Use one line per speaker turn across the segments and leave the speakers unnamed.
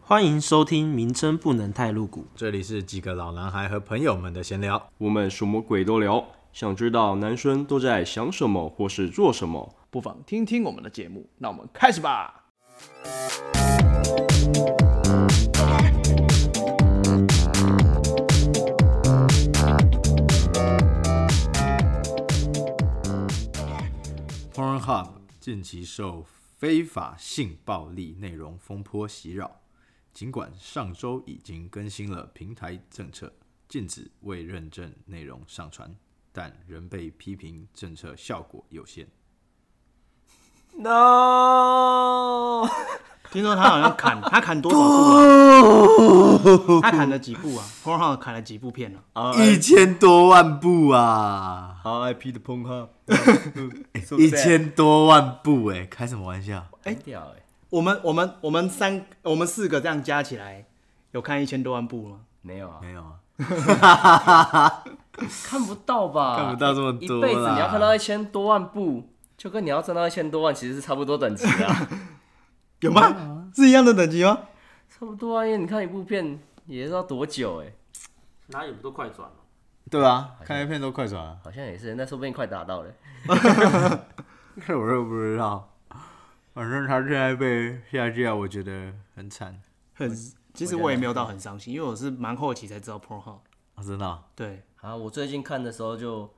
欢迎收听，名称不能太露骨。
这里是几个老男孩和朋友们的闲聊。
我们什么鬼都聊，想知道男生都在想什么或是做什么。
不妨听听我们的节目。那我们开始吧。
Pornhub 近期受非法性暴力内容风波袭扰，尽管上周已经更新了平台政策，禁止未认证内容上传，但仍被批评政策效果有限。
No，
听说他好像砍，他砍多少部 啊？他砍了几部啊 p o r n h u 砍了几部片呢、啊？
一千多万步啊！
RIP 的 p o n h
一千多万步哎、开什么玩笑？
屌哎，
我们我们我们三我们四个这样加起来，有看一千多万部吗？
没有啊，
没有啊，
看不到吧？
看不到这么多
一辈子
啦
你要看到一千多万步，就跟你要赚到一千多万其实是差不多等级的啊、
有
啊
吗？是一样的等级吗？
差不多啊，因为你看一部片也是要多久哎、
哪有不都快转了？
对啊，看 A 片都快转啊！
好像也是，那说不定快达到了。
这 我又不知道，反正他现在被下架，我觉得很惨
很，其实我也没有到很伤心，因为我是蛮后期才知道 p o r n h u
啊！真的啊、
对，
啊，我最近看的时候就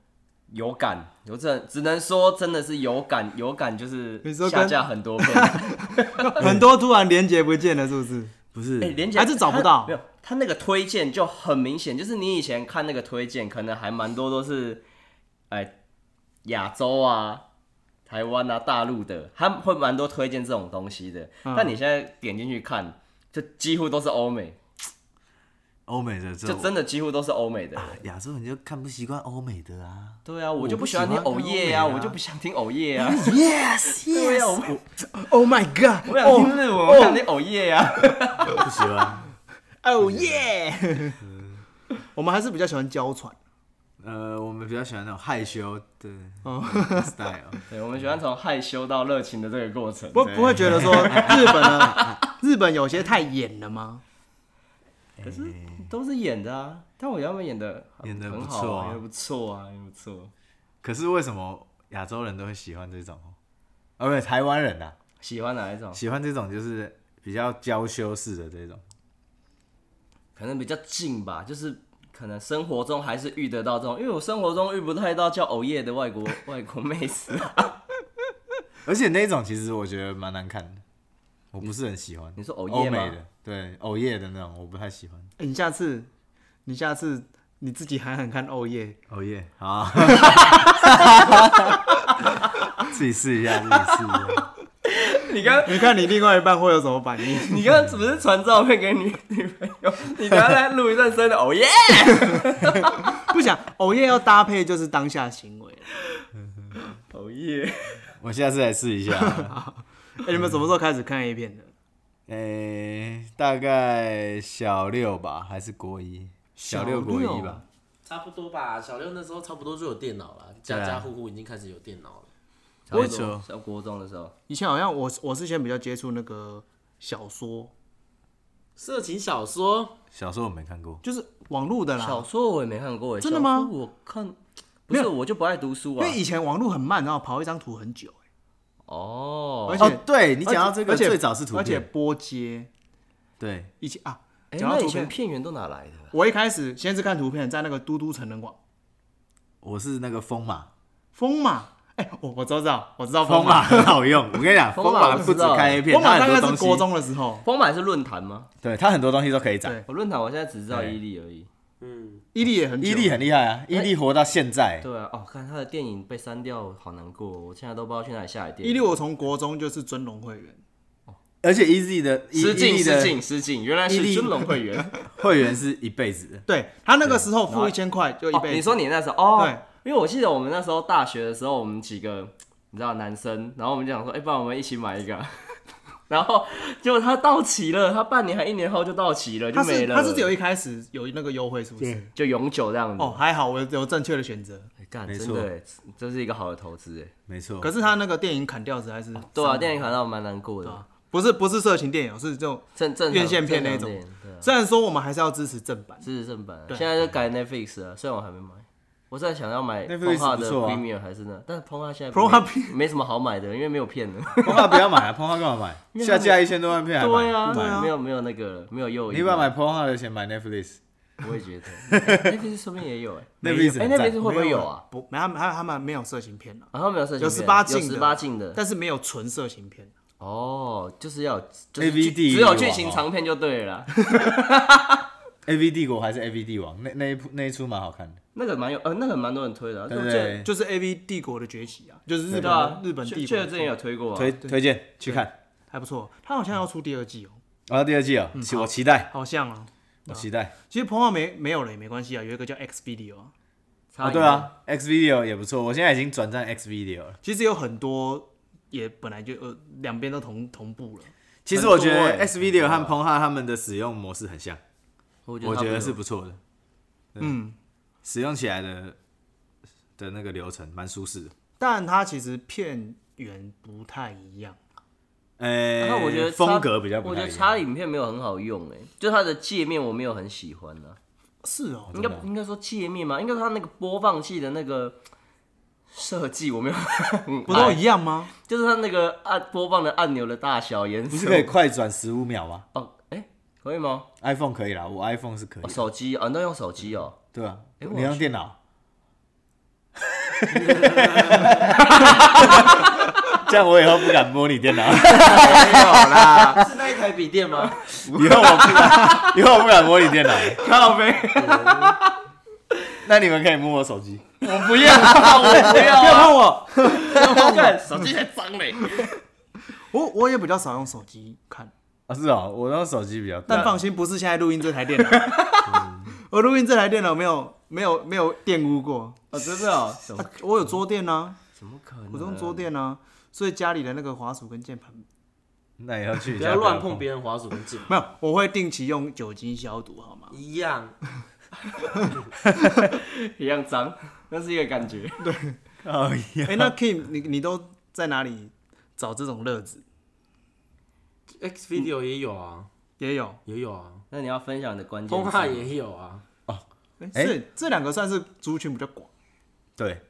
有感，有真只能说真的是有感，有感就是
你说跟
下架很多片，
很多突然连接不见了，是不是？
不是
哎，连起
还是找不到
没有，他那个推荐就很明显，就是你以前看那个推荐，可能还蛮多都是，哎，亚洲啊、台湾啊、大陆的，他们会蛮多推荐这种东西的。但你现在点进去看，就几乎都是欧美，
欧美的这
就
种，
真的几乎都是欧美的。
亚洲人就看不习惯欧美的啊。
对啊，
我
我就
不
不
喜
喜欢听
欢看
偶夜啊，
欧美啊
我就不想听偶夜啊。
Yes，
对啊，我不
Oh my god！
我想听日文，我想听偶夜啊。
不喜欢。
哦耶！我们还是比较喜欢娇 喘，
呃，我们比较喜欢那种害羞的
哦
style。
对，我们喜欢从害羞到热情的这个过程。
不不会觉得说日本的日本有些太演了吗？
可是都是演的啊，但我觉得他们演的
演得
很
不
好
错啊
啊，演的不错啊，演得不错。
可是为什么亚洲人都会喜欢这种？啊，不是台湾人啊，
喜欢哪一种？
喜欢这种就是比较娇羞式的这种。
可能比较近吧，就是可能生活中还是遇得到这种，因为我生活中遇不太到叫熬夜的外 国外国妹子啊。
而且那种其实我觉得蛮难看的，我不是很喜欢。
你说偶
欧
夜
美
吗
的，对，欧夜的那种我不太喜欢。
欸你下次你下次你自己喊喊看哦耶！
欧耶，好啊，自己试一下，自己试一下。
你刚
你看你另外一半会有什么反应？
你刚刚不是传照片给女女朋 友？你刚刚在录一段声的熬夜，
不想哦耶要搭配就是当下行为。
熬夜。
我下次来试一下。啊
哎、你们什么时候开始看 A 片的？
诶、大概小六吧，还是国一？小六国一
哦
吧。
差不多吧，小六那时候差不多就有电脑了，
对啊
家家户户已经开始有电脑了。
没
哦
错，
上国中的时候，
以前好像我我是先比较接触那个小说，
色情小说
小时候我没看过。
就是网络的
小
啦。
说我也没看过耶，
啊真的吗
小说我看不是，我就不爱读书
因
啊
为。以前网络很慢，然后跑一张图很久、欸
哦，
而且
哦，对你讲到这个，
而且
最早是图
而且
片。
波接
对，
以前啊，
哎，
讲到
那以
图
前
片，
片源都哪来的？
我一开始先是看图片，在那个嘟嘟成人网
我是那个风马，
风马，哎、我我知道，我知道
风马
哦马，
很好用。我跟你讲，
风
风
马
马
我
不
知
止
道
看 A 片，
欸风
它
马大
很
概
多
是
东
国
西，
中的时候，
丰满是论坛吗？
对，它很多东西都可以找。
对
我论坛我现在只知
哎
道
对
伊利而已。
嗯
伊利也很久
伊利很厉害啊，伊
哎
利活到现在。
对啊，哦，看他的电影被删掉，好难过哦。我现在都不知道去哪里下载电影。
伊利，我从国中就是尊龙会员，
而且 Easy 的
失
E-
敬
Easy
失
的
敬失敬，原来
伊
是
利
尊龙 会员。
会员是一辈子的，
对他那个时候付一千块就一
哦
辈子。
你说你那时候哦
对，
因为我记得我们那时候大学的时候，我们几个你知道男生，然后我们就想说，哎、不然我们一起买一个。 然后结果他到期了，他半年还一年后就到期了，就
他是
没了。
他是只有一开始有那个优惠，是不是？
就永久这样子。
哦，还好我有正确的选择。
哎干、
没
真
错
的耶，这是一个好的投资哎。
没错。
可是他那个电影砍掉实在是，
哦啊对啊，电影卡让我蛮难过的。
啊不是不是色情电影，哦是这种。
正正常
院线片那种
正常电影对啊
虽然说我们还是要支持正版，
支持正版啊，
对
现在就改 Netflix 了，虽然我还没买。我在想要买
Netflix
华
不
的
错啊
Premium 还是那，但是 p o 现在
Pornhub
没没什么好买的，因为没有片 了。
碰花不要买啊，碰花干 嘛买？下架一千多万片还买？
对啊，
不买
没有没有那个了没有诱因。啊
你把买碰花的钱买 Netflix，
我也 觉得 Netflix 说不定也有哎，
Netflix
哎
很赞
Netflix 会不会有啊？
不，没他们他他们没有色情片了，啊
然后没有色情片，
有18禁的
有十八禁的
但是没有纯色情片。啊
哦，就是要就是
AVD
剧只
有啊
有剧情长片就对了啦，
A V 帝国还是 A V 帝王？那那一部那一出蛮好看的，
那个蛮有呃那个蛮多人推的啊，
对不
这
对？
就是 A V 帝国的崛起啊，就是日
对
本
啊
的日本
确
帝
确实之前
国
有推过啊，
推推荐去看。
还不错，他好像要出第二季哦，
啊，第二季哦，
嗯
期我期待，
好像哦。
我期待。
其实 p o 没没有了也没关系啊，有一个叫 X Video 啊，
差
啊，
一
对
点，
啊，X Video 也不错，我现在已经转战 X Video 了。
其实有很多也本来就呃两边都同同步了，
其实我觉
很
得
多欸
X Video 和 p o n h 他们的使用模式很像，
我觉
我
得
觉得
差不
是
多
不错的，
嗯，
使用起来的的那个流程蛮舒适的。
但它其实片源不太一样，
呃，
啊那我觉得插
风格比较不
我
太
觉
一
得
样
插影片没有很好用哎、就它的界面我没有很喜欢呢、
是哦，
应该应该说界面嘛，应该说它那个播放器的那个设计我没有很
不都
爱
一样吗？
就是它那个按播放的按钮的大小颜
不是
色
可以快转十五秒吗
哦，哎、可以吗？
？iPhone 可以啦，我 iPhone 是可以
哦、
的，
手机啊，你都用手 机哦，
对啊，
哎我
你用电脑，这样我以后不敢摸你电脑，以
是那一台笔电吗？
后我不敢，以后我不敢摸你电脑。
靠呗，
那你们可以摸我手机，
不要， 我不要，不要碰 我，干
手机才脏嘞！
哎
我我也比较少用手机看，
啊是哦，我用手机比较大，
但放心，不是现在录音这台电 脑，嗯我录音这台电脑没有没有没有玷污过，
哦，真的哦，怎么
啊我有桌垫啊，
怎么可
我
能？
都用桌垫啊，所以家里的那个滑鼠跟键盘
那以后去你
不
家
要乱碰别人滑鼠跟键盘，
没有，我会定期用酒精消毒，好吗？
一样。
一样脏，那是一个感觉。
人。哦
哎、那 Kim，你你都在哪里找这种乐子？
X Video 也有啊，
也有，
也有啊，
那你要分享你的关键
通
字，
话也有啊。
哎、
哎
是这两个算是族群比较广，
对，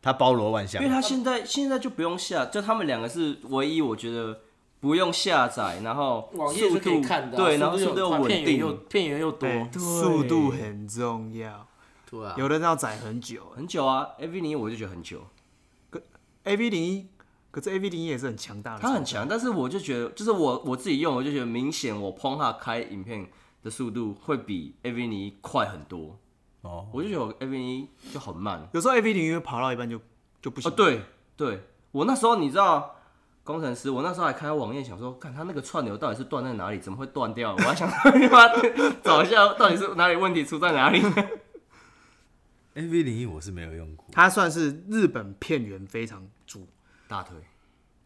它包罗万象
因为。他现在现在就不用下，就他们两个是唯一我觉得不用下载，然后
网页
速
是可以
度
看的啊、
对，然后速度又
又快
稳
片源又
定，
片源又多，
哎速度很重要，
对啊，
有的人要载很久。
很久啊。A V 零一我就觉得很久，
A V 零一，可是 A V 零一也是很强大的，
它很，强，但是我就觉得，就是我我自己用，我就觉得明显我 p o n h 开影片的速度会比 A V 零一快很多，
哦，
我就觉得我 A V 零一就很慢。
有时候 A V 零一跑到一半就就不
哦，
行。，
对对，我那时候你知道。工程师，我那时候还开网页想说，看他那个串流到底是断在哪里，怎么会断掉？我还想说你妈找一下到底是哪里问题出在哪里。
A V 零一我是没有用过。
它算是日本片源非常足，
大腿，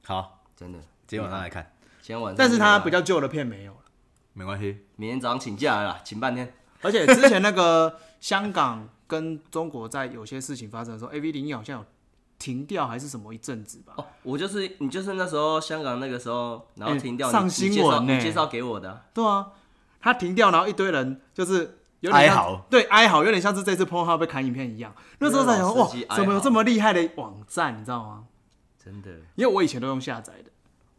好，
真的。
今天晚上来看，
今天晚上，
但是它比较旧的片没有了。
没关系。
明天早上请假了啦，请半天。
而且之前那个香港跟中国在有些事情发生的时候，A V 零一好像有停掉还是什么一阵子吧。
哦，我就是你，就是那时候香港那个时候，然后停掉、
哎
你
上新闻
你介
呢
绍你介绍给我的啊、
对啊，他停掉，然后一堆人就是有点像
哀嚎，
对，哀嚎，有点像是这次 p o n h u 被砍影片一样。那时候在想，
啊
老
哇
司机，哀嚎
怎么有这么厉害的网站，你知道吗？
真的。
因为我以前都用下载的，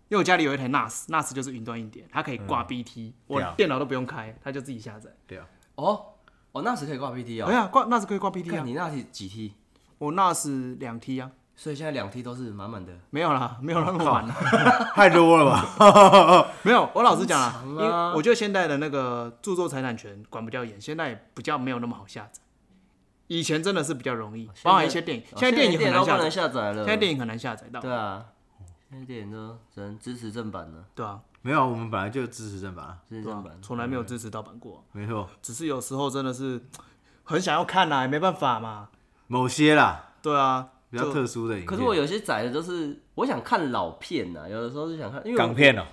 因为我家里有一台 NAS，NAS 就是云端硬碟，它可以挂 BT，、我
对啊
电脑都不用开，它就自己下载。
对啊，
哦，哦，那时可以挂 PT 啊、
哎
哦。
呀，挂 NAS 可以挂 BT
看
啊，
你那是几 T，
我 NAS 两 T 啊，
所以现在两 T 都是满满的。
没有啦，没有那么晚啦，
太多了吧？
没有。我老实讲啦，因
很
为
长啊
我觉得现在的那个著作财产权管比较严，现在也比较没有那么好下载。以前真的是比较容易，包含一些电影，
哦
现在电影很难
都
下
不
载
能。下载了。
现在电影很难下载到，
对啊，现在电影都只能支持正版了，
对啊，
没有啊，我们本来就支持正版啊，
支持
对啊
正版，。
从来没有支持盗版过，
没错，
只是有时候真的是很想要看啦，啊也没办法嘛，
某些啦，
对啊，
比较
就
特殊的影片。
可是我有些载的都是我想看老片呐、有的时候是想看，因为我
港片哦，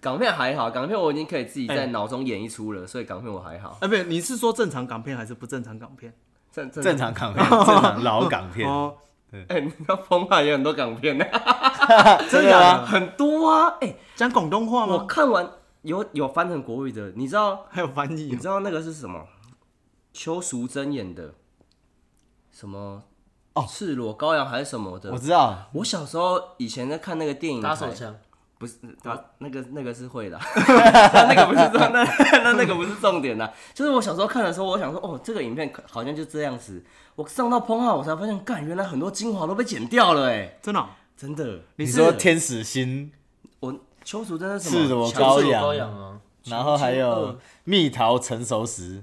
港片还好，港片我已经可以自己在脑中演一出了，所以港片我还好。
哎，不是，你是说正常港片还是不正常港片？
正正
正常港片，正常老港片。
哦，
哎、你知道风化也有很多港片呢、
真的假 的？
很多啊，哎、
讲广东话
我
吗？
看完有有翻成国语的，你知道
还有翻译
你
哦
知道那个是什么？邱淑贞演的什么？哦，赤裸羔羊还是什么的？
我
我
知道，
小时候以前在看那个电影台，
打手枪，
不是打那个那个是会的啊，那个不是重那那那个不是重点呐、啊就是我小时候看的时候，我想说哦，这个影片可好像就这样子。我上到碰号，我才发现，干，原来很多精华都被剪掉了哎，
真的哦。
真的。
你是
说天使心、
我邱淑贞是什么？
赤裸
强
羔
制有
羊，
羔羊啊，
然后还有
嗯
蜜桃成熟时。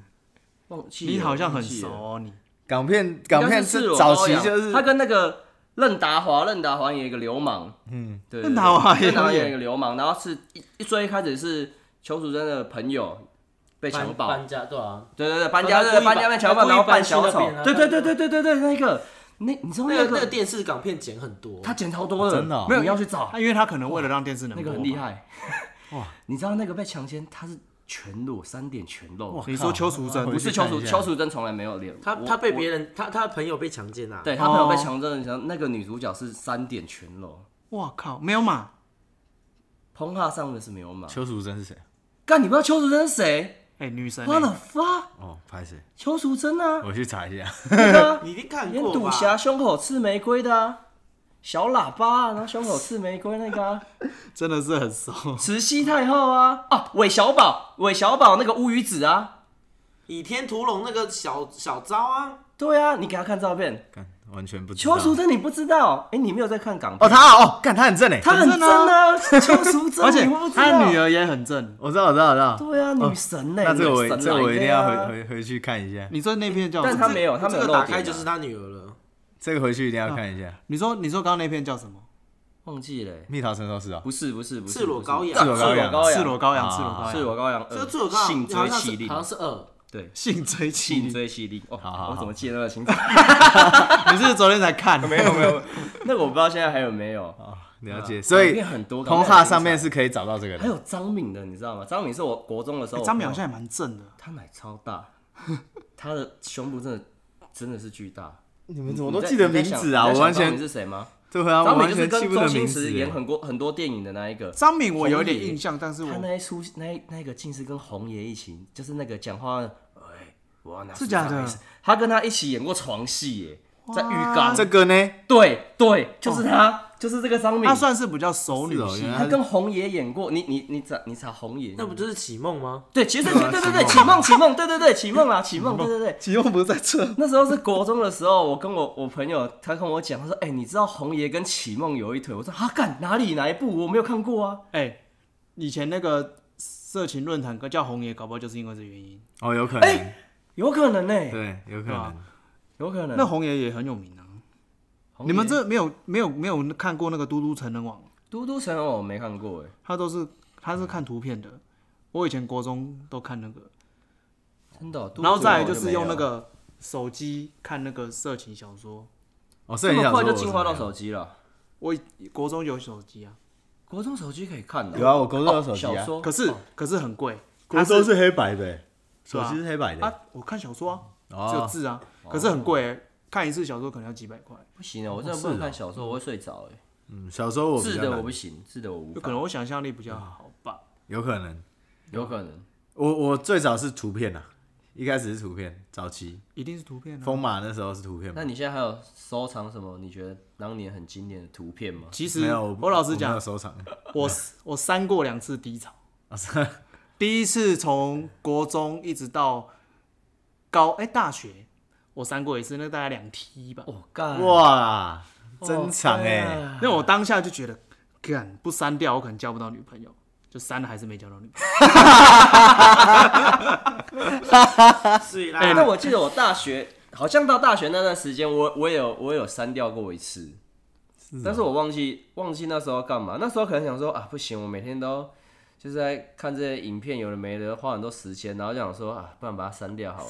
忘记了
你好像很
忘记
熟
了
哦，你
港片港片
是赤裸
早
羔
期
羊
就是
他跟那个任达华，任达华演一个流氓，嗯，对，对对
任达华也有
任达华演一个流氓，然后是一一最一开始是邱淑贞的朋友被强
搬
暴，
搬家对啊，
对对对，搬家
他
对
故意
搬家被
搬
强暴，
他故意
然后扮
搬去
小
那
丑
边，啊
对对
他
对对对对对，那个那你知道
那
那
个那个
个
电视港片剪很多，
他剪超多的，
真的哦
没有你要去找
啊他，因为他可能为了让电视能
那
播
个很
嘛
厉。害，哇， 你知道那个被强奸他是全裸三点全露，
你说邱淑贞
不是
回去看
邱
一
淑
下
邱淑贞从来没有脸，
他
我
他被
我
别人他他的朋友被强奸啊，
对他朋友被强奸的时候，那个女主角是三点全露。
哇靠，没有嘛？
彭哈上的是没有嘛？
邱淑贞是谁？
干，你不知道邱淑贞是谁？
哎，女神
妈
欸
的发
哦，拍谁？
邱淑贞啊，
我去查一下。
那个啊
你一定看
演
过吧？
赌侠胸口刺玫瑰的啊，小喇叭啊，然后胸口刺玫瑰那个啊，
真的是很熟。
慈禧太后啊，啊韦小宝，韦小宝那个乌鱼子啊，
倚天屠龙那个小小招啊，
对啊，你给他看照片，
干，完全不知道。
邱淑贞你不知道？哎，你没有在看港
哦，
片？
他哦，干，他很正哎。
她很真
很正
啊，邱淑贞，
而 且
你会不知道
他女，儿也很正。
我知道，我知道，我知道。
对啊，女神呢？
哦那这个
女
我
神
这个我
来
一
的
定要
啊
回，回回去看一下。
你说那片叫什
但
么？
他没有，他没
这
有
个
露
打
点
开
啊
就是他女儿了。
这个回去一定要看一下。
你说你说刚刚那片叫什么？
忘记了欸，
蜜桃成熟时啊，
不是不是不是，
赤裸羔羊
赤
不是
裸羔羊
赤裸羔
赤裸羔羊，
啊
赤
赤裸
裸羔羊，
羔羊呃二，
呃
这个最有看
性追
好像
麒
是
麟
好，像是二，
对，
性追妻
性。追麒麟。哦，
好好
我怎么记得那么清楚？
你是不是昨天才看？没有没有，
那个我不知道现在还有没有。
了解。所以
啊片很多，
通
话
话上面是可以找到这个
还
的。
有张敏的，你知道吗？张敏是我国中的时候，
哎张敏
我
好
朋
像
友
也蛮正的。
她奶超大，她的胸部真的真的是巨大。
你们
你
怎么都记得名字啊？
你在想
我完
你在想张敏
全
是谁吗？
对啊，我
张敏
完
就是
全记不
跟
得
周
名
星
字
驰演
欸。
很多很多电影的那一个。
张敏我有点印象，但是
他
我
那一出那一那个竟是跟红爷一起，就是那个讲话，哎，我要拿
是假的
出来他跟他一起演过床戏耶，在浴缸。
这个呢？
对对，就是他，就是这个张敏
她。算是比较熟女
是哦
系
原。来
他跟红爷演过，你你你查你查红爷，
那不就是启梦吗？
对，其实
啊
对对对对，启梦启梦，对对对启梦啦，啊启梦，对对对。
启梦不是在这？
那时候是国中的时候，我跟我我朋友，他跟我讲，他说：“哎、你知道红爷跟启梦有一腿？”我说：“啊，干哪里哪一部？我没有看过啊。
哎，以前那个色情论坛叫红爷，搞不好就是因为这原因。
哦，有可能
哎。有可能呢、
对，啊有可能。
有可能。
那红爷也很有名啊。
红爷
你们这没有没有没有看过那个《嘟嘟成人网》？
嘟嘟神偶我没看过哎、
他都是他是看图片的。我以前国中都看那个，
真的哦、嘟嘟神偶
然后再来
我就
哦就是
没有
用那个手机看那个色情小说。
哦，所
这
以你
么
想
快
说
就
我
进
是
化到
没有
手机了。
我国中有手机啊，
国中手机可以看的、
有啊，我工作有手机
小
啊。
说
可是可是很贵。
国
它
中是黑白的欸，
是吧
手机是黑白的
啊，我看小说啊，
哦
只有字啊，可是很贵欸，看一次小说可能要几百块。
不行啊，我真的不能看小说，我会睡着哎、
嗯，小时候我比
字
较
的我
懒
不行，字的我无
有
法
可，能我想象力比较好吧。
有可能。
有可能。
我我最早是图片啊，一开始是图片，早期
一定是图片啊。
风马嗯那时候是图片嘛
那。你现在还有收藏什么？你觉得当年很经典的图片吗？
其实
没有，
我老实
没有
讲，
收藏。
我我删过两次低潮。
啊是啊
第一次从国中一直到高哎、大学，我删过一次，那大概两 T 吧。
我干
哇，珍藏哎，
那我当下就觉得，干不删掉我可能交不到女朋友，就删了还是没交到女朋友。
是啦，
哎，那我记得我大学好像到大学那段时间，我我有我有删掉过一次，
哦
但是我忘记忘记那时候干嘛。那时候可能想说啊，不行，我每天都就是在看这些影片，有的没的，花很多时间，然后就想说啊，不然把它删掉好了。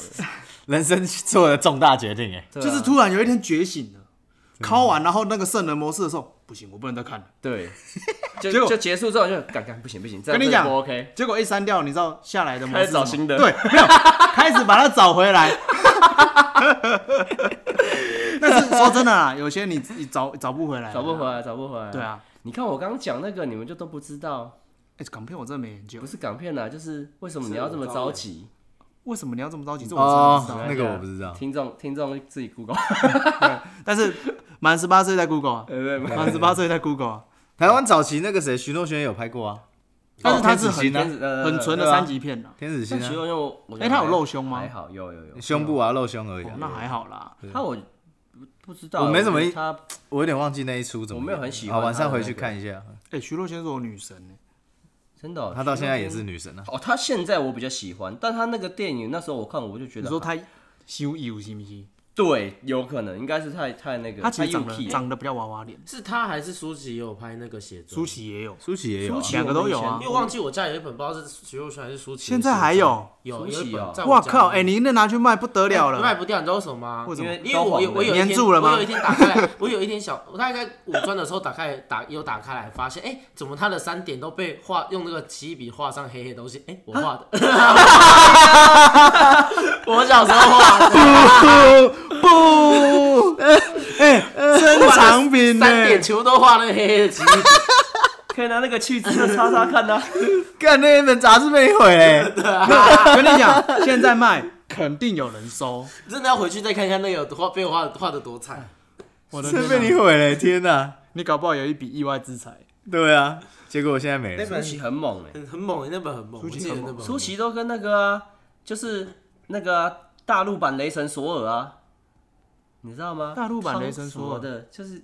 人生做了重大决定哎。
对啊
啊就是突然有一天觉醒了，敲完然后那个圣人模式的时候，不行，我不能再看了。
对，就
结果
就结束之后就干干不行不行，这样
跟你
这样
讲
不 OK。
结果一删掉，你知道下来的模式
开始找
是什么
新的
对，没有开始把它找回来。但是说真的啦，有些你你找找不回来，
找不回，来，找不回来。
对，啊，
你看我刚刚讲那个，你们就都不知道，
哎、港片我真的没研究
不，是港片啊，就是为什么你要这么着急？
为什么你要这么着急？这 我
哦
真的不知道。，
那
啊
个我不知道。
听众听众自己 Google，
但是满十八岁在 Google 啊，满十八岁在 Google 啊，
台湾早期那个谁，徐若瑄也有拍过啊，
但
哦
是它是
天使
很
心啊
呃
很纯的三级片啊。
天使心
但徐
啊，
若瑄我，我觉得
哎她有
还
露胸吗
还好，有有有，
胸部啊，露胸而已
哦
啊。
那还好啦，
她我不不知道，
我没怎么
她
我有点忘记那一出怎么演了，
我没有很喜欢
好，晚上
她的
回
那
去
个
看一下。
哎、徐若瑄是我女神呢、
真的哦，
她到现在也是女神啊。
哦，她现在我比较喜欢，但她那个电影那时候我看我就觉
你
得
说
还，
她修有是不是？
对，有可能应该是太太那个，
她其实
太
长
UK
得长得比较娃娃脸，
是他还是舒淇也有拍那个写真？
舒，淇也有，
舒淇也有啊
舒淇
两个都有啊
因为。忘记我家有一本，不知道是徐若瑄还是舒淇的写真。
现在还有
有
舒
有
淇
一
哦
本在
哇
我家
靠！哎、你那拿去卖不得了
哎
卖
了。
不掉，你知道为什么吗？
为什么
因为
因为
高
我
仿
有
的
我有一
粘
天
住了吗
我有一天打开来，我有一天小，我大概五专的时候打开打有打开来，发现哎、怎么他的三点都被画用那个奇异笔画上黑黑的东西？哎、我画的， 我小时候画的，
珍藏品呢
三？点球都画那个黑黑的奇异笔，
可以拿那个去渍的擦擦看啊 呐、
干那一本杂志被毁 嘞，
跟你讲，现在卖肯定有人收。
真的要回去再看看那个画被我画画的多惨。
我的
真
天
被
哪
你毁嘞！天哪，
你搞不好有一笔意外之财。
对啊，结果我现在没
那
了。
本书很猛哎、
很很猛，那本很猛，我记得那本。
舒淇都跟那个啊，就是那个啊、大陆版雷神索尔啊，你知道吗？
大陆版雷
超
神索尔
的，就是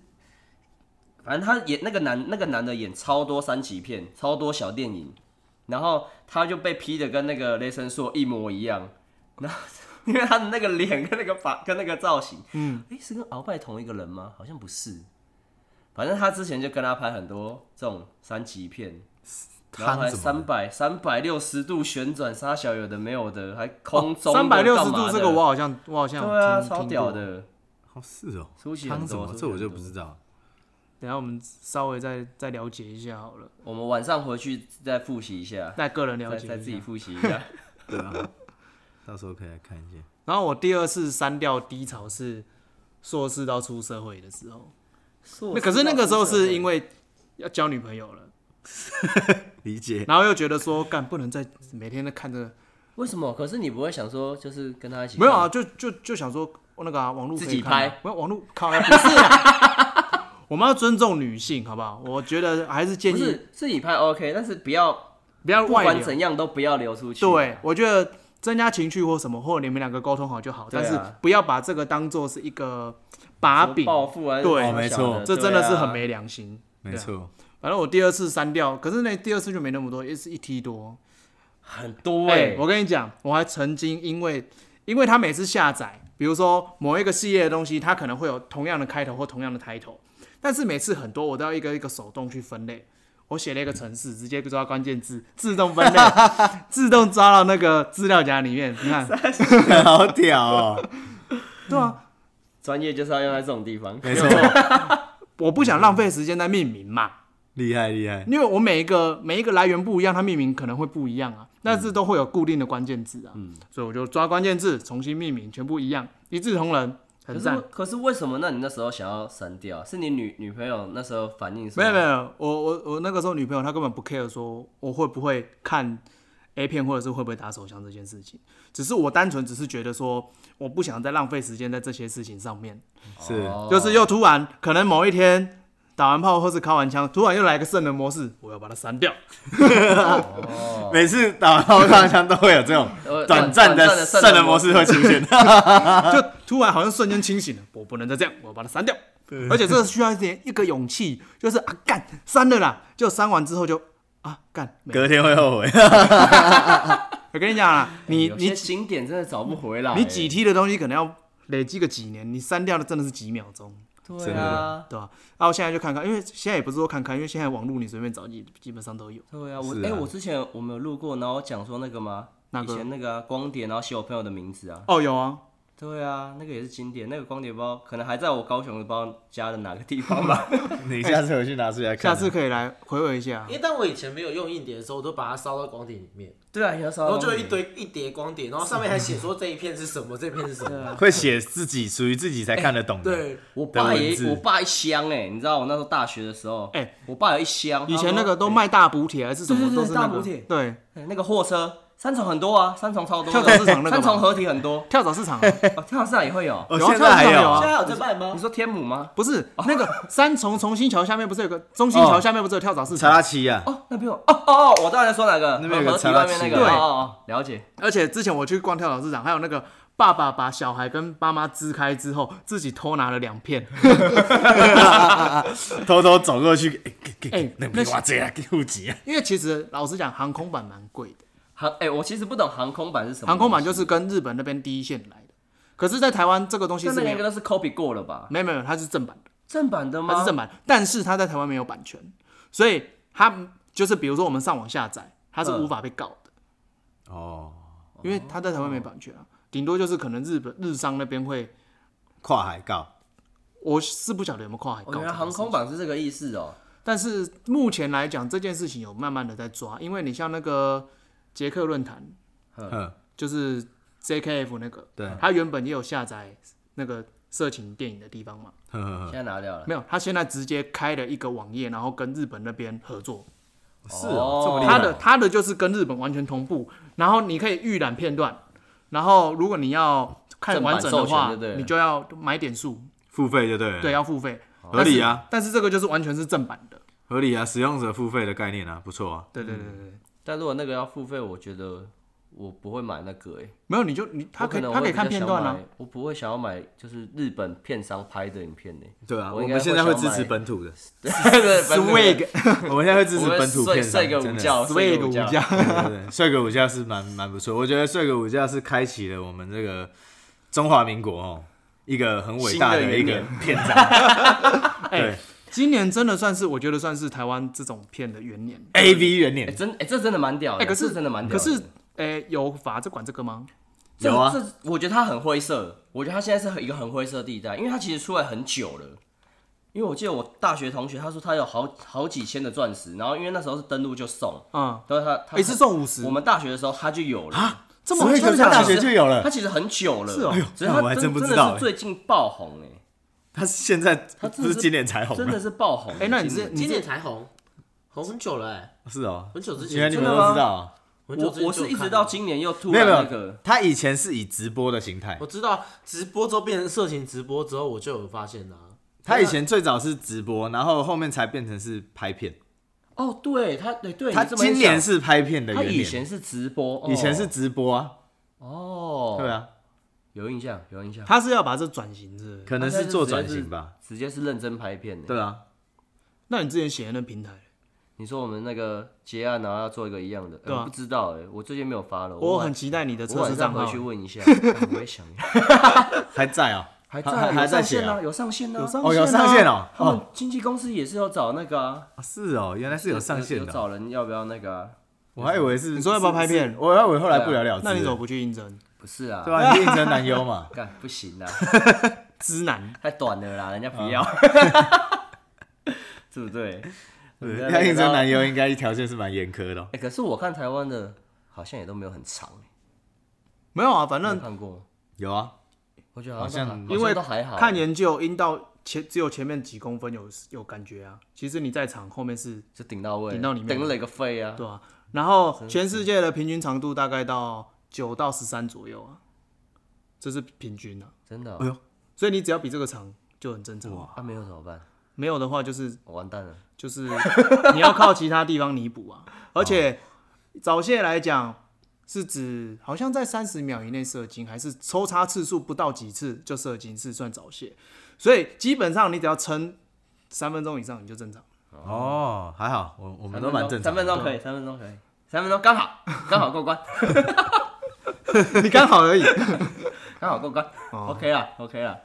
反正他演那个男那个男的演超多三级片，超多小电影，然后他就被批的跟那个雷神索尔一模一样，然后 因为他的那个脸跟那个发跟那个造型，嗯，哎、是跟鳌拜同一个人吗？好像不是。反正他之前就跟他拍很多这种三级片，然后
汤
还
怎么
三
了？
百三百六十度旋转杀小有的没有的，还空中
哦三百六
干
十
嘛
度
的
这个我好像我好像有
对啊，
听
超
听
屌
过。
的，
哦，是哦，
舒淇
汤
很
什
多
么？
舒淇
这我就
很
不
多
知道。
等一下我们稍微再再了解一下好了，
我们晚上回去再复习一下，
再个人了
再
解
再自
一
己
下。
复习一 下。
对啊，到时候可以来看一下。
然后我第二次删掉低潮是硕士到出社会的时候，那可是那个时候是因为要交女朋友了，
理解。
然后又觉得说干不能再每天都看这个，
为什么？可是你不会想说，就是跟他一起
没有啊，就就就想说那个啊网络可以
自己
看啊
拍，
没有网络靠呀不是啊， 我们要尊重女性好不好？我觉得还是
看？
建
不
议
是自己拍 OK，但是不要
不要
不
外
管
流，
怎样都不要流出去。
对，我觉得增加情趣或什么，或者你们两个沟通好就好，
对啊
但是不要把这个当做是一个把
什么
柄，
报复啊，
对
什么
没
小的
错
这真的是很。
对啊
没良心。
没错，
反正我第二次删掉，可是那第二次就没那么多，也是一 T 多。
很多
哎、
哎，
我跟你讲，我还曾经因为，因为他每次下载，比如说某一个系列的东西，它可能会有同样的开头或同样的 title，但是每次很多我都要一个一个手动去分类。我写了一个程式，直接抓关键字， 自 动分类，自动抓到那个资料夹里面。你 看，
好屌哦！
对啊，
专业就是要用在这种地方。
没错，
我不想浪费时间在命名嘛，
厉害厉害。
因为我每一个每一个来源不一样，它命名可能会不一样啊，但是都会有固定的关键字啊，
嗯
所以我就抓关键字重新命名，全部一样，一致同仁，
可是
很
为
赞。
可是为什么？那你那时候想要删掉？是你女女朋友那时候反应说
没有没有，我我我那个时候女朋友她根本不 care 说我会不会看 A 片或者是会不会打手枪这件事情，只是我单纯只是觉得说我不想再浪费时间在这些事情上面，
是
哦
就是又突然可能某一天打完炮或是开完枪，突然又来个圣人模式，我要把它删掉。
每次打完后上枪都会有这种
呃
短暂
短
的
的圣
圣人
人
模
模
式会出现。
就突然好像瞬间清醒了，我不能再这样，我要把它删掉。而且这个需要一点一个勇气，就是啊干删了啦，就删完之后就啊干。没
隔天会后悔。
我跟你讲啦，你
有
你
些经典真的找不回来。
你几 T 的东西可能要累积个几年，你删掉的真的是几秒钟，
对啊，
对吧、然后现在就看看，因为现在也不是说看看，因为现在网络你随便找，基基本上都有。
对啊。我
是
哎，
啊
我之前我们有录过，然后讲说那个吗？
哪
以
个
前那个啊光碟，然后写我朋友的名字啊。
哦，有啊，
对啊，那个也是经典，那个光碟包可能还在我高雄的包家的哪个地方吧。
你下次回去拿出来看
下
啊。
次可以来回味一下
哦
因。为当我以前没有用硬碟的时候，我都把它烧到光碟里面，
对啊，你要烧
然
到
后就
光
有一
碟
堆一叠光碟，然后上面还写说这一片是什么，这一片是什么。
会写自己属于自己才看得懂的。
对，
我爸
的文
也
字
我爸一箱哎、你知道我那时候大学的时候，
哎
我爸有一箱。
以
他
前
说
那个都卖大补铁还是
对
什
对
么，
对
都是那
大
个
补帖
对
哎那个货车，三重很多啊，三重超多的。
跳蚤市场那个吧
三重合体很 多，
跳蚤 市场啊
哦，跳蚤市场也会有。
哦，
有啊
现在还
现在
有
还有啊
啊
现在还有
在卖吗
你说天母吗？
不是那个三重重新桥下面不是有个中心桥下面不是有跳蚤市
查
场
拉？奇啊，
哦，那边有哦哦哦，我知道你在说哪个，
那边有个
合体
查拉
外面那个，
奇
哦
对
哦哦，了解。
而且之前我去逛跳蚤市场，还有那个爸爸把小孩跟妈妈支开之后，自己偷拿了两片。
偷偷走过去，哎给给
哎
给，那没
那是
哇这样给户籍啊，
因为其实老实讲，航空版蛮贵的，
航哎、我其实不懂航空版是什么东西。
航空版就是跟日本那边第一线来的。可是，在台湾这个东西
那
是
那
没
应该
有，
都是 copy 过了吧？
没有没有，它是正版的，
正版的吗？
它是正版，但是它在台湾没有版权，所以它就是比如说我们上网下载，它是
嗯
无法被告的。
哦，
因为他在台湾
哦
没版权啊，顶多就是可能日本日商那边会，
跨海告，
我是不晓得有没有跨海告
哦，
这
原来
件事情。
航空版是这个意思哦。
但是目前来讲，这件事情有慢慢的在抓，因为你像那个捷克论坛，
嗯，
就是 JKF 那个，
对，
他原本也有下载那个色情电影的地方嘛，
呵呵呵
现在拿掉了。
没有，他现在直接开了一个网页，然后跟日本那边合作，
是哦，这么厉害，
他的他的就是跟日本完全同步，然后你可以预览片段，然后如果你要看
正版
完整的
授权
话
就对，了
你就要买点数，
付费就对了，
对，，啊要付费，
合理啊
但是。但是这个就是完全是正版的，
合理啊，使用者付费的概念啊，不错啊，
对对对对对，
但如果那个要付费，我觉得我不会买那个哎、
没有你就你他可以
我能
他可
会
以
比较
看片段
想
啊
买，我不会想要买就是日本片商拍的影 片呢、
对啊，
我
我
应该
们现在
会
会
想
支持
买
本土的，
Swag
我们现在会支
我
持
会
本土
睡
片商，
睡个
真
午
的
觉，睡个
个
午觉。
觉，
对对对 睡个午觉是蛮蛮不错，我觉得睡个午觉是开启了我们这个中华民国哦一个很伟大
新的
的一
元
个
年
篇章。对
今年真的算是我觉得算是台湾这种片的元年，
，A V 元
哎、
年
真哎、这真的蛮屌的，
哎可是
这真的蛮屌
可
的。
是诶、有法这管这个吗？
这
有啊
这我觉得他很灰色，我觉得他现在是一个很灰色地带，因为他其实出来很久了。因为我记得我大学同学他说他有好好几千的钻石，然后因为那时候是登录就送，
嗯，
但是他他
一次送五十
我，们啊大学的时候他就有了。
啊
这
所
么
以可
真
是
的假
他
的
大学就有
他
了，
其实很久了，
是哦哎呦
只是他
我还
真
真不知
真
道
的是最近爆红哎、
他现在不
真的
是
是
今年才红啊
真
吗？
的是爆红。
哎、那你这
今
你
今年
这
才红，红很久了、欸，
是哦，
很久之前
原来你们都
真的吗
知道啊，
我
年我我是一直到今年又突
没
然
有没
那
有
个，，
他以前是以直播的形态
我，知道直播之后变成色情直播之后，我就有发现啦、
他以前最早是直播，然后后面才变成是拍片，
哦，对他对对，
他
你这么一
今年
讲
是拍片的
他
元
以
年，
前是直播，哦
以前是直播啊，
哦，
对，啊，
有印象有印象，
他是要把这转型是不是
可能是做转型吧，
直接是认真拍片的。
对啊，
那你之前写的那平台，
你说我们那个结案，然后要做一个一样的，哎
对啊
我不知道哎，我最近没有发了，
我
晚
很期待你的
我
测试
晚上
账
回
号
去。问一 下，哎我也想，
还在啊，
还
他
在
还
有
还在
上
写
线
啊
呢，，有上线呢，有
哦，有上线哦，
他们
哦，
经纪公司也是有找那个啊，
是哦，原来是有上线
有
的哦，
找人要不要那个啊？
我还以为是
你说要不要
是
拍片
是我还以为后来不了了之，
那你怎么不去应征？
不是啊，，
对吧？ 你是应征男优嘛
干不行啦，
知男，
太短了啦，人家
啊
不要， 对不对？
对
人家那
要
个
应征男
到
优应该条件是蛮严苛的哦。
哎，可是我看台湾的好像也都没有很长，欸
没有啊，反
你有
正
看过？
有啊，
我觉得好
好
像
像
都还
因
好
为
像都还好，
看研究阴道前只有前面几公分有有感觉啊，其实你在场后面是
就顶到位，啊
顶到里面
顶了一个肺啊！
对啊，然后全世界的平均长度大概到九到十三左右啊，这是平均啊，
真的
哎
哦
呦
所以你只要比这个长就很正常。
啊，没有怎么办？
没有的话就是
我完蛋了，
就是你要靠其他地方弥补啊，而且早泄来讲是指好像在三十秒以内射精，还是抽插次数不到几次就射精是算早泄，所以基本上你只要撑三分钟以上你就正常。
哦，还好，我我
我
们都蛮正常
三
的。
分钟可以，三分钟可以，三分钟刚 好，刚好过关，
你刚好而已。
刚好过关，OK
哦
啦，OK 啦。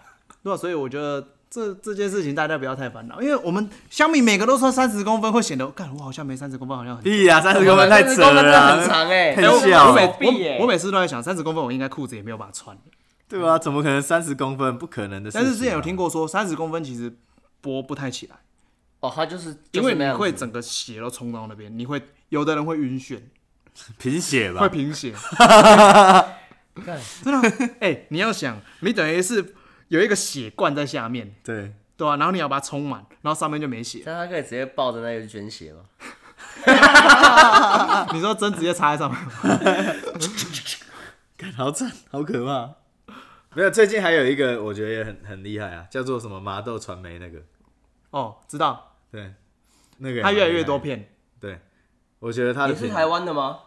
对啊，所以我觉得这这件事情大家不要太烦恼，因为我们相比每个都说三十公分会显得，干我好像没三十公分，好像很。
屁呀，三十公分太扯
30公分真
了啊
的
啦，
很长哎，
太
哎我
小了
我手
我每
臂耶
我我每次都在想，三十公分我应该裤子也没有把它穿了，
对啊，怎么可能三十公分？不可能的事情啊、
但是之前有听过说，三十公分其实拨不太起来，
哦，他就是
因为你会
怎
整个血都冲到那边，你会有的人会晕眩，
贫血
会
吧？
贫 血。真的， 哎、你要想，你等于是有一个血罐在下面，
对，
对吧、然后你要把它充满，然后上面就没血。
但他可以直接抱着那个捐血吗？啊
你说针直接插在上面吗，
干好惨，好可怕。没有，最近还有一个我觉得也很很厉害啊，叫做什么麻豆传媒那个，
哦，知道，
对，那个
它越来
也蛮厉
越
害的
多。片，
对，我觉得他的
也是台湾的吗？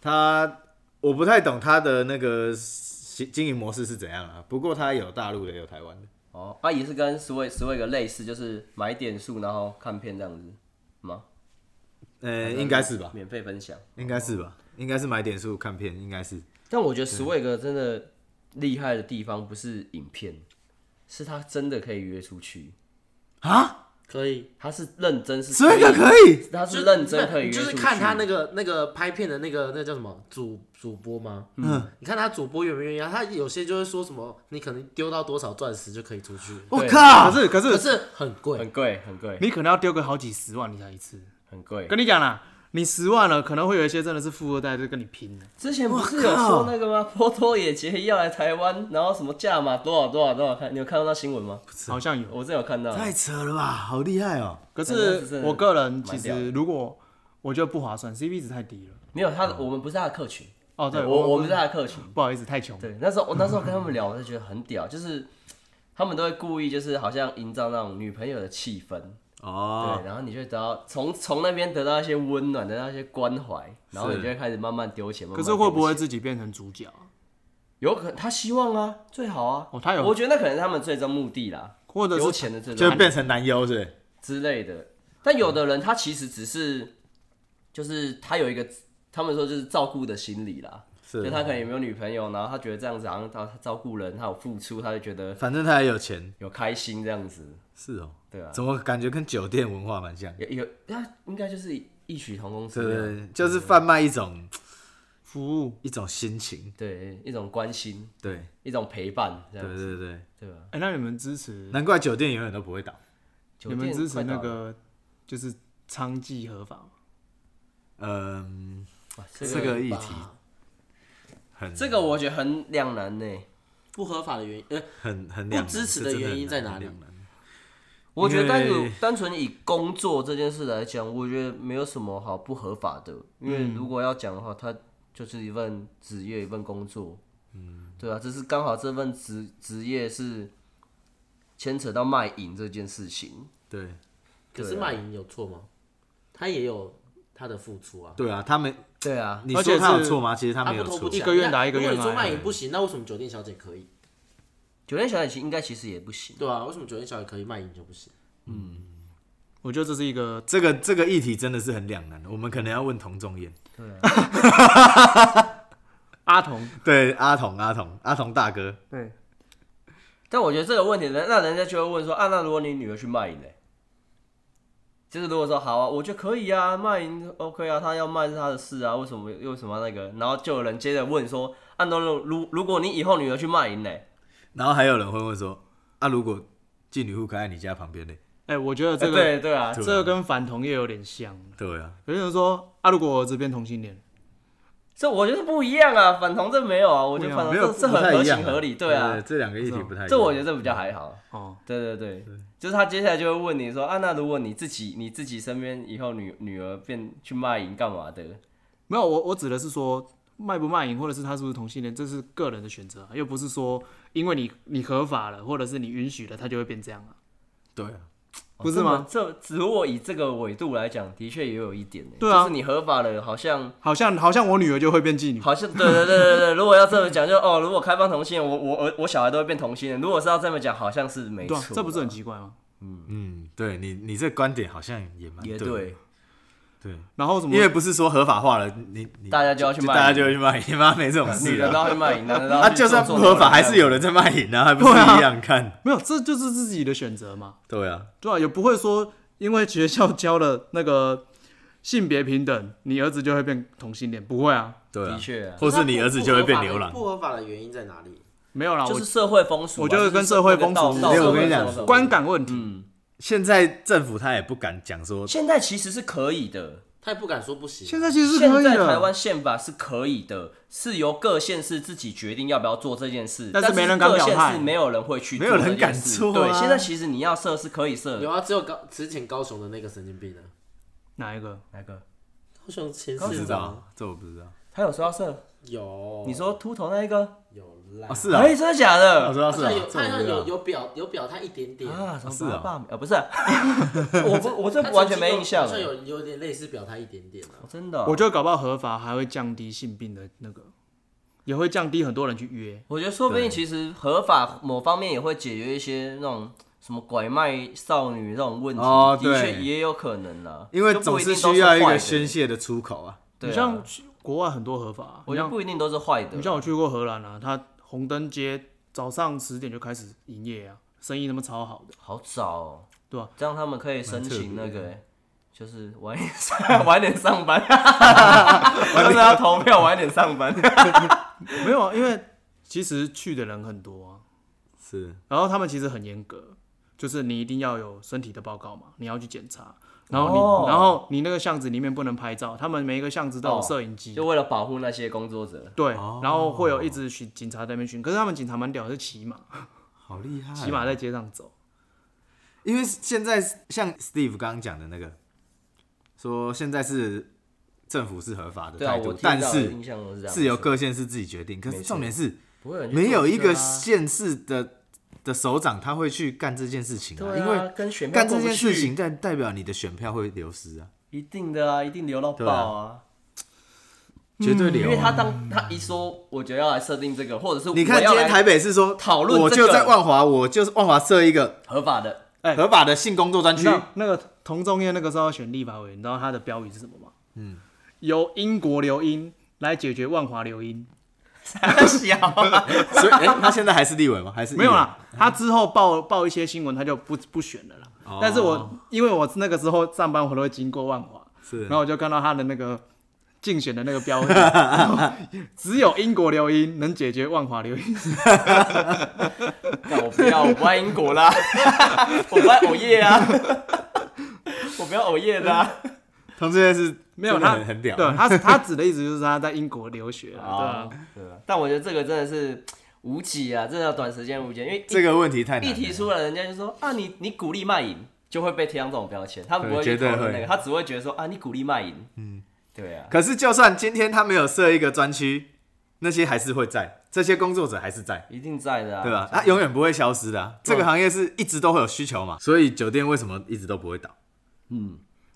他我不太懂他的那个经经营模式是怎样啊。不过他有大陆的，有台湾的。
哦，啊，也是跟 Sway Sway 个类似，就是买点数然后看片这样子吗？
呃，应该是吧，
免费分享。
应该是哦吧，应该是买点数看片，应该是
但我觉得 Sway 个真的厉害的地方不是影片，是他真的可以约出去，
啊，
可以，
他是认真是
这个可以，
他是认真可以约
就
出
是
去
看他那个那个拍片的那个那叫什么主主播吗？嗯，你看他主播愿不愿意啊？他有些就会说什么，你可能丢到多少钻石就可以出去，
哦
我
对
靠
可，是可
可
是
是很贵
很。贵，很贵，
你可能要丢个好几十万你才一次。
很贵。
跟你讲啦，你十万了，可能会有一些真的是富二代就跟你拼了。
之前不是有说那个吗？ 波多野结衣要来台湾，然后什么价码多少多少多少，看你有看到那新闻吗？
好像有。
我真有看到。
太扯了吧，好厉害哦。
可
哦那是真
是
的
我个人其
蛮屌的
实如果我觉得不划算，CP 值太低了。
没有他，我们不是他的客群。
哦，对，
我我
不
们是他的客群。
不好意思，太穷。
对，那时候我那时候跟他们聊，我就觉得很屌，就是他们都会故意就是好像营造那种女朋友的气氛，
哦，
对，然后你就会得到从从那边得到一些温暖，得到一些关怀，然后你
是
就会开始慢慢丢钱。慢
可
慢
是会
丢
不会
钱
自己变成主角啊？
有可能他希望啊，最好啊。
哦他有
我觉得那可能是他们最终目的啦，
或者
有
是
钱的最终
就
目的
变成男优是不是
之类的。但有的人他其实只是，就是他有一个，他们说就是照顾的心理啦，
是哦
就他可能有没有女朋友，然后他觉得这样子好像他他照顾人，他有付出，他就觉得
反正他也有钱，
有开心这样子，
是哦，
对啊，
怎么感觉跟酒店文化蛮像？
有有他应该就是异曲同工
对
之
对啊
妙，
对，就是贩卖一种
服务。
一种心情，
对一种关心，
对
一种陪伴
对
这
啊
样子，
对对，
对吧？
哎、那你们支持？
难怪酒店永远都不会倒。
酒
你们
店
支持
快倒
那
了
个就是娼妓合法吗？
嗯，
哇这
这
个
个议题很
这个我觉得很两难呢。
不合法的原因，呃，
很很
不
两难
支持
这
的
真
原
很
因在
难
哪里
很两难
我觉得单
因为
纯单纯以工作这件事来讲，我觉得没有什么好不合法的，
嗯
因为如果要讲的话，它就是一份职业，一份工作，嗯，对啊，只是刚好这份职职业是牵扯到卖淫这件事情，
对
可
对
是
啊
卖淫有错吗？他也有他的付出啊，
对啊，他们
对啊，
你
而且
说他有
是
错吗？其实他没
不
有
偷
错
不，抢。
一个愿打一个
那
愿
如果你说
挨
卖嗯淫不行，那为什么酒店小姐可以？
酒店小姐其应该其实也不行，
对啊，为什么酒店小姐可以卖淫就不行？
我觉得这是一个
这个这个议题真的是很两难，我们可能要问童仲彦，
阿童，
对阿童阿童阿童大哥，
对，
但我觉得这个问题，那人家就会问说啊，那如果你女儿去卖淫呢？就是如果说好啊，我觉得可以啊，卖淫 OK 啊，他要卖是他的事啊，为什么为什么要那个？然后就有人接着问说，按照如如如果你以后女儿去卖淫呢？
然后还有人会问说，啊如果妓女户开在你家旁边呢？
哎、我觉得这
哎
个、
对对啊，
这个跟反同业有点像。
对啊，
有些人说啊，如果我儿子变同性恋，
这我觉得不一样啊，反同这没有啊，我觉得反同
没有
这这
不
很
太
合
一样
情
啊
合理，对啊，
这两个议题不太一样，
这我觉得这比较还好。
哦，
对对对，就是他接下来就会问你说啊，那如果你自己你自己身边以后女女儿变去卖淫干嘛的？
没有，我我指的是说卖不卖淫，或者是他是不是同性恋，这是个人的选择啊，又不是说因为你你合法了，或者是你允许了，他就会变这样啊，
对啊，
不是吗？
这么这如果以这个纬度来讲，的确也有一点、欸，
对啊
就是你合法了，好像
好像好像我女儿就会变妓女，
好像对对对对对，如果要这么讲，就哦，如果开放同性恋，我我我我小孩都会变同性恋。如果是要这么讲，好像是没错
对、啊
啦，，
这不是很奇怪吗？
嗯，对你你这观点好像也蛮
也
对
对
的，，对，
然后什么
因为不是说合法化了，你你
大家就要去卖
大家
淫
就会去卖淫吗？没这种事
女
啊
人。都会卖淫，男人都
啊，就算不合法，还是有人在卖淫啊，还不是一样看？
没有，这就是自己的选择嘛。
对啊，
对啊，也不会说因为学校 教了那个性别平等，你儿子就会变同性恋，不会啊。
对啊
的，确啊
或是你儿子就会变牛郎
不合法的原因在哪里？
没有啦，
就
我
是社会风俗啊，
我觉得
就是
跟社会风俗
道
是
道
没有
德
我跟你讲
哦
什么的
观感问题。
嗯
现在政府他也不敢讲说，
现在其实是可以的，
他也不敢说不行。啊
现在其实是
现
可以
在台
的，
湾宪法是可以的，是由各县市自己决定要不要做这件事，
但
但
是没人敢
各
表态
县市没有人会去，
没有人敢做啊
对，现在其实你要设是可以设
有
的，
啊，只有高之前高雄的那个神经病啊，
哪一个？
哪个？
高雄啊前
不
市
知
长
道，这我不知道
他有说要设？
有，
你说秃头那一个？
有啦
啊，，是啊，
哎，真的假
我
的？
说
他
是
好像有
啊，这
他好
我不
像
知
有
道。
有表有表态一点点，
啊，什么
是啊
罢免？呃，不是啊，我不，我这
他
完全
曾经
没
有
印象
好像
了，
有有点类似表态一点点啊，
真的哦。
我觉得搞不好合法还会降低性病的那个，也会降低很多人去约。
我觉得说不定其实合法某方面也会解决一些那种什么拐卖少女这种问题，
哦
的确
对
也有可能啦。
因为
就
总
不
是
定都
需要一
坏
个
的
宣，泄的出口啊。
对啊
你像去国外很多合法啊，
我
你
觉得
像
不一定都是坏的
你。像我去过荷兰啊，它红灯街早上十点就开始营业啊，生意他妈超好的。
好早、哦，
对啊
这样他们可以申请那
蛮特别
个、就是晚一点上 晚一点上班，他们要投票晚一点上 班。
没有啊，因为其实去的人很多啊，
是，
然后他们其实很严格，就是你一定要有身体的报告嘛，你要去检查。然后你，
哦
然后你那个巷子里面不能拍照，他们每一个巷子都有
哦
摄影机，
就为了保护那些工作者，
对，然后会有一直巡警察在那边巡，可是他们警察蛮屌的，是骑马，
好厉
啊
害哦
骑马在街上走，
因为现在像 Steve 刚刚讲的那个，说现在是政府是合法的
对啊，
态
我
度，
听
但
到的
是
印象都是这样，
是由各县市自己决定。可是重点是
不会人去
没有
做
一个
这啊
县市的的首长他会去干这件事情啊，
对
因
啊
为，
跟选票
干
过
这
不
件事
去
情，代代表你的选票会流失啊，
一定的啊，一定流到爆
对
啊！
绝对
嗯因
流
为他
啊。
当他一说，我觉得要来设定这个，或者是
你看
我要
今天
来
台北是说
讨论
我
这
就
个
在万华，我就是万华设一个
合法 的，
哎
合法的性工作专
你
区
知，道那个童仲彦那个时候要选立法委员，你知道他的标语是什么吗？嗯，由英国留英来解决万华留英，
小啊
所以哎， 他现在还是立委吗？还是议
没有
员
啦，他之后报报一些新闻，他就不不选了啦。但是我因为我那个时候上班，我都会经过万华，
是
然后我就看到他的那个竞选的那个标语，然后 只有英国留英能解决万华留英，
干我不要，我不爱英 国啦，我不爱熬夜啊，我不要熬夜的啊。
同志恋是
没有
真的
他
很很屌，啊哦
对他他指的意思就是他在英国留学啦，对啊
啊，对啊，但我觉得这个真的是无解啊，真的要短时间无解，因为一
这个问题太难
一
了。
提出来，人家就说啊，你你鼓励卖淫，就会被贴上这种标签，他们不会
对
去
绝对
讨论
会
那个，他只会觉得说啊，你鼓励卖淫，嗯，对啊，
可是就算今天他没有设一个专区，那些还是会在，这些工作者还是在。
一定在的啊，
对吧？它永远不会消失的、啊，这个行业是一直都会有需求嘛。所以酒店为什么一直都不会倒？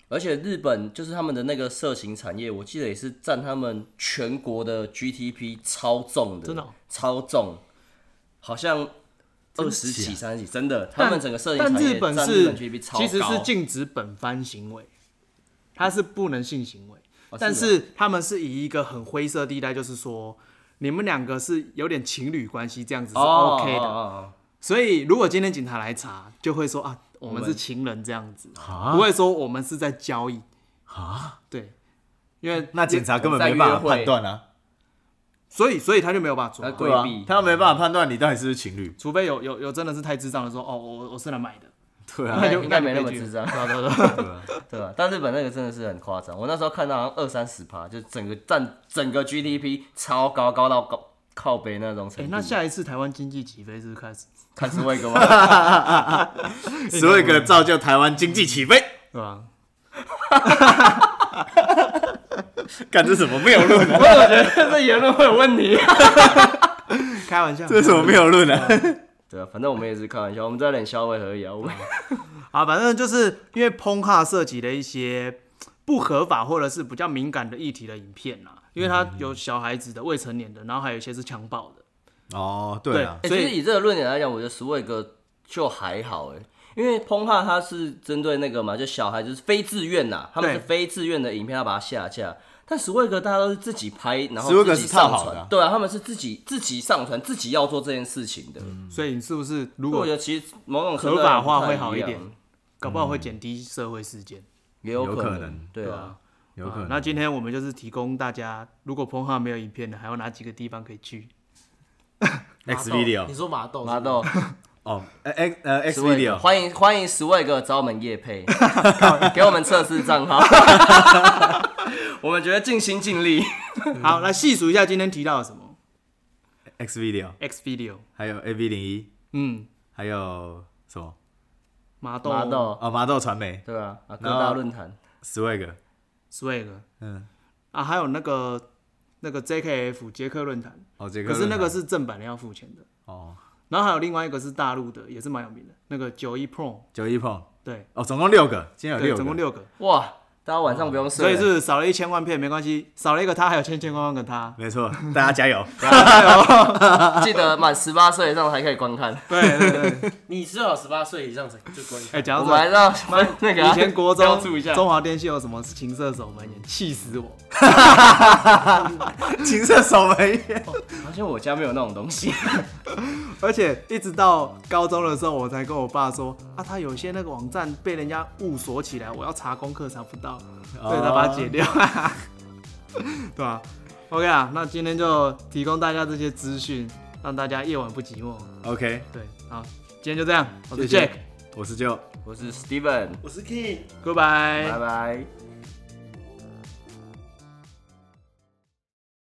而且日本就是他们的那个色情产业，我记得也是占他们全国的 GDP 超重的，
真的哦
超重，好像二十几、三十几，真的，他们整个色情
但
产
日
业
本
占
是
GDP 超高，
其实是禁止本番行为，它是不能性行为，
哦
但
是啊
是他们是以一个很灰色地带，就是说你们两个是有点情侣关系这样子是
哦
OK 的，
哦哦
所以如果今天警察来查，就会说啊，我们是情人这样子，不会说我们是在交易啊，对，因为
那警察根本
在
没办
约
法
会
判断啊，
所以所以他就没有办法抓
那
到，
规
啊
避，
他没办法判断你到底是不是情侣。
除非有有有真的是太智障的说，哦，我我是来买的，
对啊，
那就
应该没那
那就
么
被拒
智障，
对啊对啊对啊
对吧？但日本那个真的是很夸张，我那时候看到好像二三十趴，就整个占整个 GDP 超高，高到高靠北那种程
哎
度。，
那下一次台湾经济起飞是不是开始？
看是 为个吗？
啊 所以可造就台湾经济起 飞。
对啊吧？
干这什么谬论啊？
这言论会有问题。
开玩笑，
这什么谬论啊？
对啊，反正我们也是开玩笑，我们在冷笑话而已啊。我们
啊，反正就是因为 p o n h u 涉及了一些不合法或者是比较敏感的议题的影片啦，因为它有小孩子的、未成年的，然后还有一些是强暴的。
哦，对啊，
欸、
所
其
以
实以这个论点来讲，我觉得十位哥就还好哎、因为 p o n h 它是针对那个嘛，就小孩就是非自愿呐，他们是
对
非自愿的影片，要把它下架。但十位哥大家都是自己拍，然后
十位哥
自己
是套
上
好
传，
的啊
对啊，他们是自己自己上传，自己要做这件事情的。
所以你是不是如
如果我
果
觉得其实某种程度
合法
上不太
化会好一
样
点，搞不好会减低社会事件？
也有
有
可
可
能，
能
对啊。
啊
有可
啊
能。
那今天我们就是提供大家，如果 p o n h u 没有影片的，还有哪几个地方可以去？
X Video
你说麻豆是不是
麻豆
哦呃，X 呃 X
Swag
Video
欢迎欢迎 Swag 找我们夜 配，给我们测试账号，我们觉得尽心尽力。
嗯
好，来细数一下今天提到了什么
X Video，
X Video，
还有 A V 零一，
嗯，
还有什么？
麻豆
麻豆，
哦，麻豆传媒
对吧？啊，各
然后
大论坛
Swag，
Swag，
嗯，
啊，还有那个那个 JKF 捷克论坛，
哦，杰克
可是
论
那
坛
个是正版的要付钱的，
哦，
然后还有另外一个是大陆的，也是蛮有名的，那个九一 Pro，
九一碰
对
哦，总共六个，今天有
对，
六
总
个啊
共，六个，
哇，大家晚上不用
所
睡
以
了，
是少了一千万片没关系，少了一个他还有千千万万个他，
没错，大家加油！
记得满十八岁以上才可以观看。
对对对，
你只有十八岁以上才就关
哎，
看。
讲
我
到
们还是
这
要那个啊
以前国
标
中
注一下，
中华电信有什么情色守门员，气死我！
情色守门 员，
发现我家没有那种东西，
而且一直到高中的时候，我才跟我爸说啊，他有些那个网站被人家误锁起来，我要查功课查不到，
啊
所以他把它解掉， 对吧、o k 啊，那今天就提供大家这些资讯，让大家夜晚不寂寞。
哦 OK，
对，好，今天就这样，我是
谢谢
Jack，
我是就。
我是 Steven，
Goodbye
拜拜。